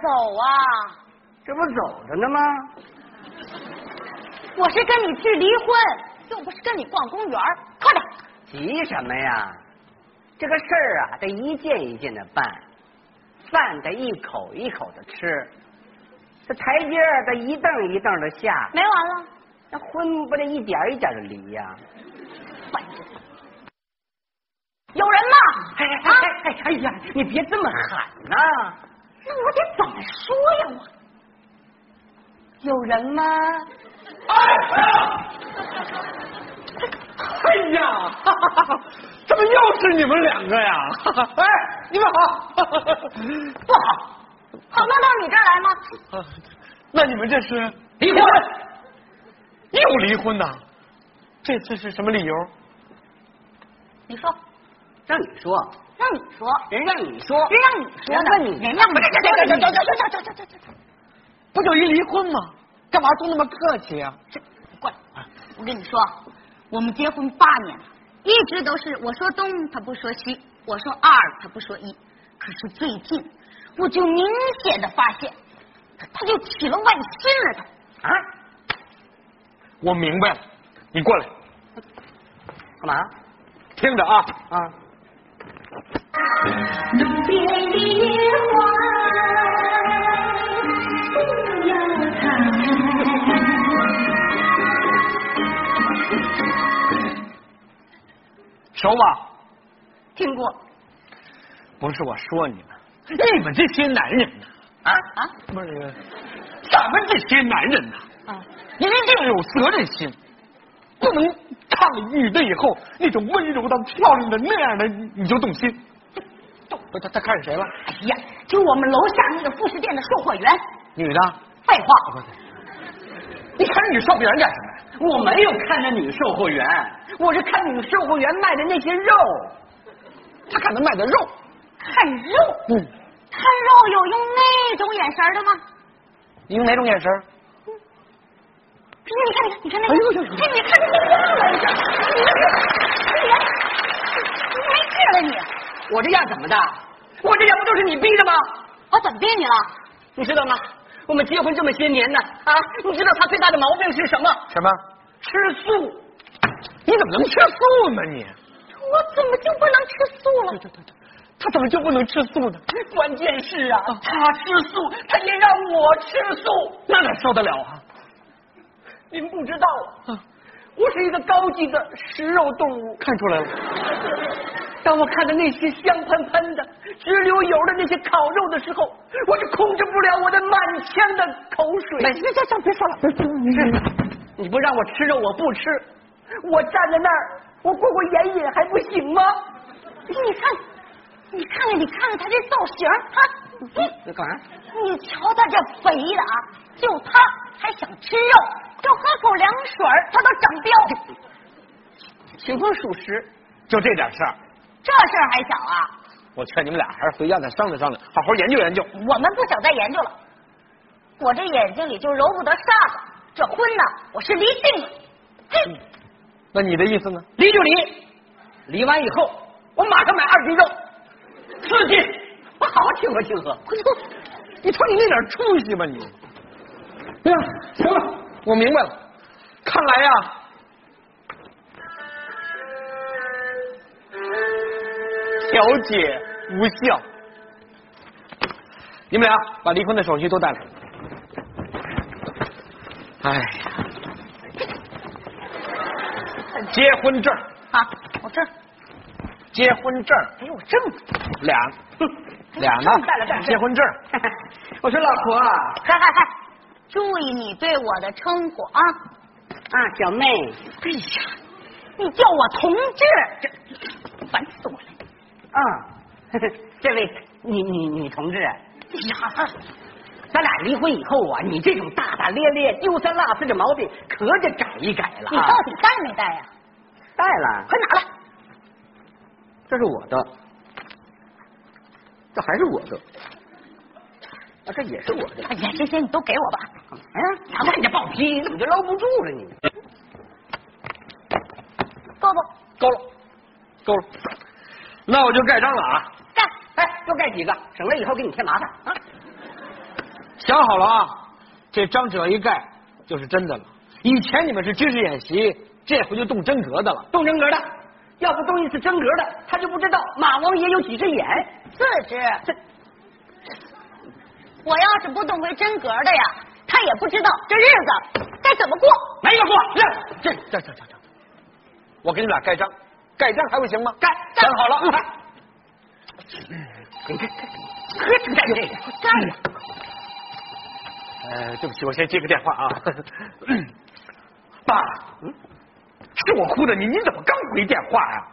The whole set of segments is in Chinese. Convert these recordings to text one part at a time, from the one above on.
走啊？这不走着呢吗？我是跟你去离婚，又不是跟你逛公园儿。快点，急什么呀？这个事儿啊，得一件一件的办，饭得一口一口的吃，这台阶儿得一蹬一蹬的下，没完了。那婚不得一点儿一点的离呀、烦人！有人吗？哎哎啊，哎哎呀，你别这么喊呐、那我得怎么说呀？我有人吗？哎呀，哈哈哈怎么又是你们两个呀？哈哈 哎，你们好， 不好，好弄到你这儿来吗？啊那你们这是离婚？又离婚呐？这次是什么理由？你说，让你说，让你说，人让你说，人让你说的，人问你人让你说的，这这这这这这这这不就一离婚吗？干嘛都那么客气啊？这，过来！我跟你说，我们结婚八年了，一直都是我说东他不说西，我说二他不说一。可是最近，我就明显的发现，他他就起了外心了他。啊？我明白了，你过来，干嘛？听着啊，啊？路边的野花不要采，熟吧？听过不是我说你们，你们这些男人呐，啊？啊不是咱们这些男人呐，啊？一定有责任心，不能看了女的以后那种温柔的、漂亮的那样的，你你就动心。不，他他看上谁了？哎呀，就我们楼下那个副食店的售货员，女的。废话，你看着女售货员干什么呀？我没有看着女售货员，我是看女售货员卖的那些肉。他看他卖的肉。看肉，嗯，看肉有用那种眼神的吗？用哪种眼神？你看，你看，你看那个，哎，你看那个肉了，你看，你看，你没治了你，我这样怎么的？我这样不都是你逼的吗？我怎么逼你了？你知道吗？我们结婚这么些年呢，啊，你知道他最大的毛病是什么？什么？吃素。你怎么能吃素呢？你我怎么就不能吃素了？他怎么就不能吃素呢？关键是啊，他吃素，他也让我吃素。那哪受得了啊？您不知道啊，我是一个高级的食肉动物。看出来了，当我看到那些香喷喷的、直流油的那些烤肉的时候，我就控制不了我的满腔的口水。没行行行，别说了，别别你不让我吃肉，我不吃。我站在那儿，我过过眼瘾还不行吗？你看，你看看，你看看他这造型啊！这干啥？你瞧他这肥的啊，就他还想吃肉，就喝口凉水儿他都长膘。请问属实？就这点事儿，这事儿还小啊？我劝你们俩还是回家再商量商量，好好研究研究。我们不想再研究了。我这眼睛里就揉不得沙子，这婚呢，我是离定了。嘿，那你的意思呢？离就离，离完以后我马上买二斤肉，四斤，我好好庆贺庆贺。哎呦，你瞅你那点出息吧你！哎呀，行了，我明白了。看来呀、调解无效。你们俩把离婚的手续都带来。哎呀，结婚证儿，啊，我这儿结婚证儿，还有证呢，俩，俩呢带了带了？结婚证儿，我说老婆啊，嗨嗨嗨，注意你对我的称呼啊！ 啊小妹，哎呀，你叫我同志，这烦死我了！啊，这位女女女同志，啊哎呀，咱俩离婚以后啊，你这种大大咧咧、丢三落四的毛病，可得改一改了你啊到！底带没带呀、带了快拿来！这是我的，这还是我的，啊，这也是我的。哎呀，这些你都给我吧。哎呀，拿过来你这暴脾气，怎么就搂不住了你？够不？够了，够了，那我就盖章了啊！干！哎，多盖几个，省了以后给你添麻烦啊！想好了啊，这张纸要一盖就是真的了。以前你们是知识演习，这回就动真格的了。动真格的，要不动一次真格的，他就不知道马王爷有几只眼。四只。我要是不动回真格的呀，他也不知道这日子该怎么过。没有过，这这这这这这，我给你们俩盖章，盖章还会行吗？盖，想好了，来嗯呵，这干这个，干呃，嗯对不起，我先接个电话啊。爸，是我哭的，您您怎么刚回电话呀、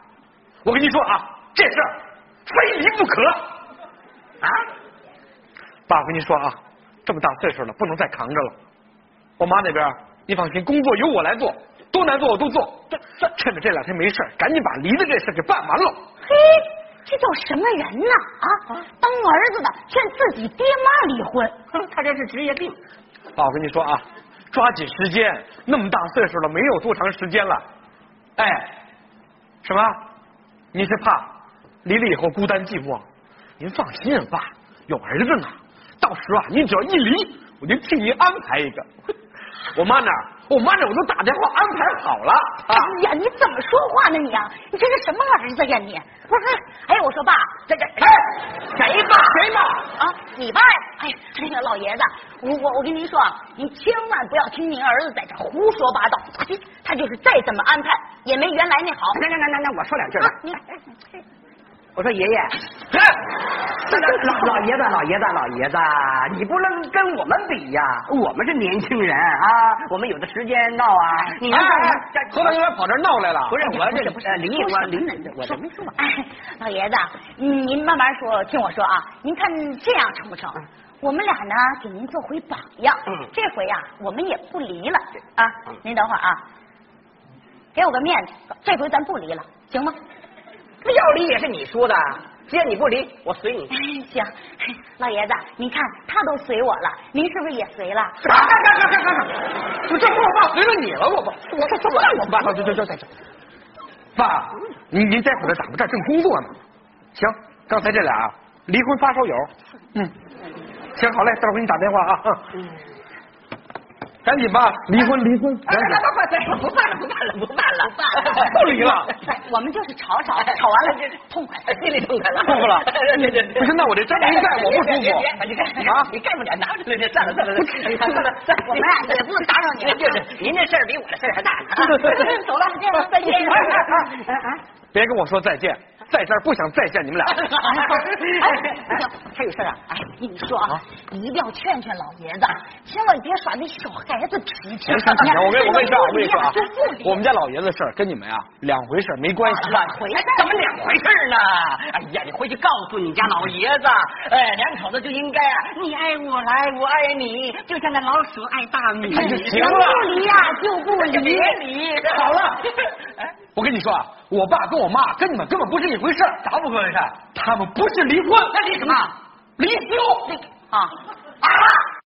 我跟您说啊，这事儿非离不可啊！爸，我跟您说啊，这么大岁数了，不能再扛着了。我妈那边，你放心，工作由我来做，多难做我都做。这这趁着这两天没事儿赶紧把离的这事儿给办完了。嘿，这叫什么人呐？啊，当儿子的劝自己爹妈离婚，哼，他这是职业病。爸，我跟你说啊，抓紧时间，那么大岁数了，没有多长时间了。哎，什么？你是怕离了以后孤单寂寞？您放心，爸，有儿子呢。到时候啊，您只要一离，我就替您安排一个。 我妈那儿，我妈那儿我都打电话安排好了啊。哎呀，你怎么说话呢你啊？你这是什么儿子呀你？不是，哎，我说爸，这这，哎，谁爸？谁爸？啊，你爸呀！哎，哎呀，老爷子，我我我跟您说啊，您千万不要听您儿子在这胡说八道，他就是再怎么安排，也没原来那好。那那那那那，我说两句吧啊，。你我说爷爷，哎这个老老爷子老爷子老爷子，你不能跟我们比呀、我们是年轻人啊，我们有的时间闹啊。你看看这河南原来跑这儿闹来了？不是我这不是呃，林毅我林我说没说吧？哎，老爷子，嗯您慢慢说，听我说啊，您看这样成不成？我们俩呢，给您做回榜样。嗯这回呀、我们也不离了啊嗯。您等会儿啊，给我个面子，这回咱不离了，行吗？ 那要离也是你说的，既然你不离，我随你。行，哎老爷子，您看他都随我了，您是不是也随了？啊，干干干干干干！我这不我爸随了你了，我爸，我这我让我爸，这这这这这。爸，您您待会儿再打吧，这儿正工作呢。行，刚才这俩啊离婚发烧友。嗯，行，好嘞，待会儿给你打电话啊。嗯，赶紧吧，离婚离婚，赶紧。快快快，不办了不办了不办了不办了不离了，哎我们就是吵吵，吵完了就痛快。心里痛快了，痛快了对对对，不是那我这张没盖我不舒服别别别你盖啊你盖不了，拿不出来，这算了算了算了算了，我们俩也不能打扰您了就是您这事儿比我这事儿还大呢。走了，这样再见。别跟我说再见，在这儿不想再见 你们俩。哎，还有事儿啊！哎，跟你说啊，一定要劝劝老爷子，千万别耍那小孩子脾气。哎行行行，哎我跟我跟你说，啊，我跟你说啊就不，理我们家老爷子的事儿跟你们啊两回事儿没关系。两回事哎怎么两回事儿呢？哎呀，你回去告诉你家老爷子，哎，两口子就应该啊，你爱我来，我爱你，就像那老鼠爱大米。哎呀行了哎不离呀，就不啊就离别。理，好了哎我跟你说啊，我爸跟我妈跟你们根本不是一回事儿，咋不哎回事？他们不是离婚，那离什么？离休。啊啊！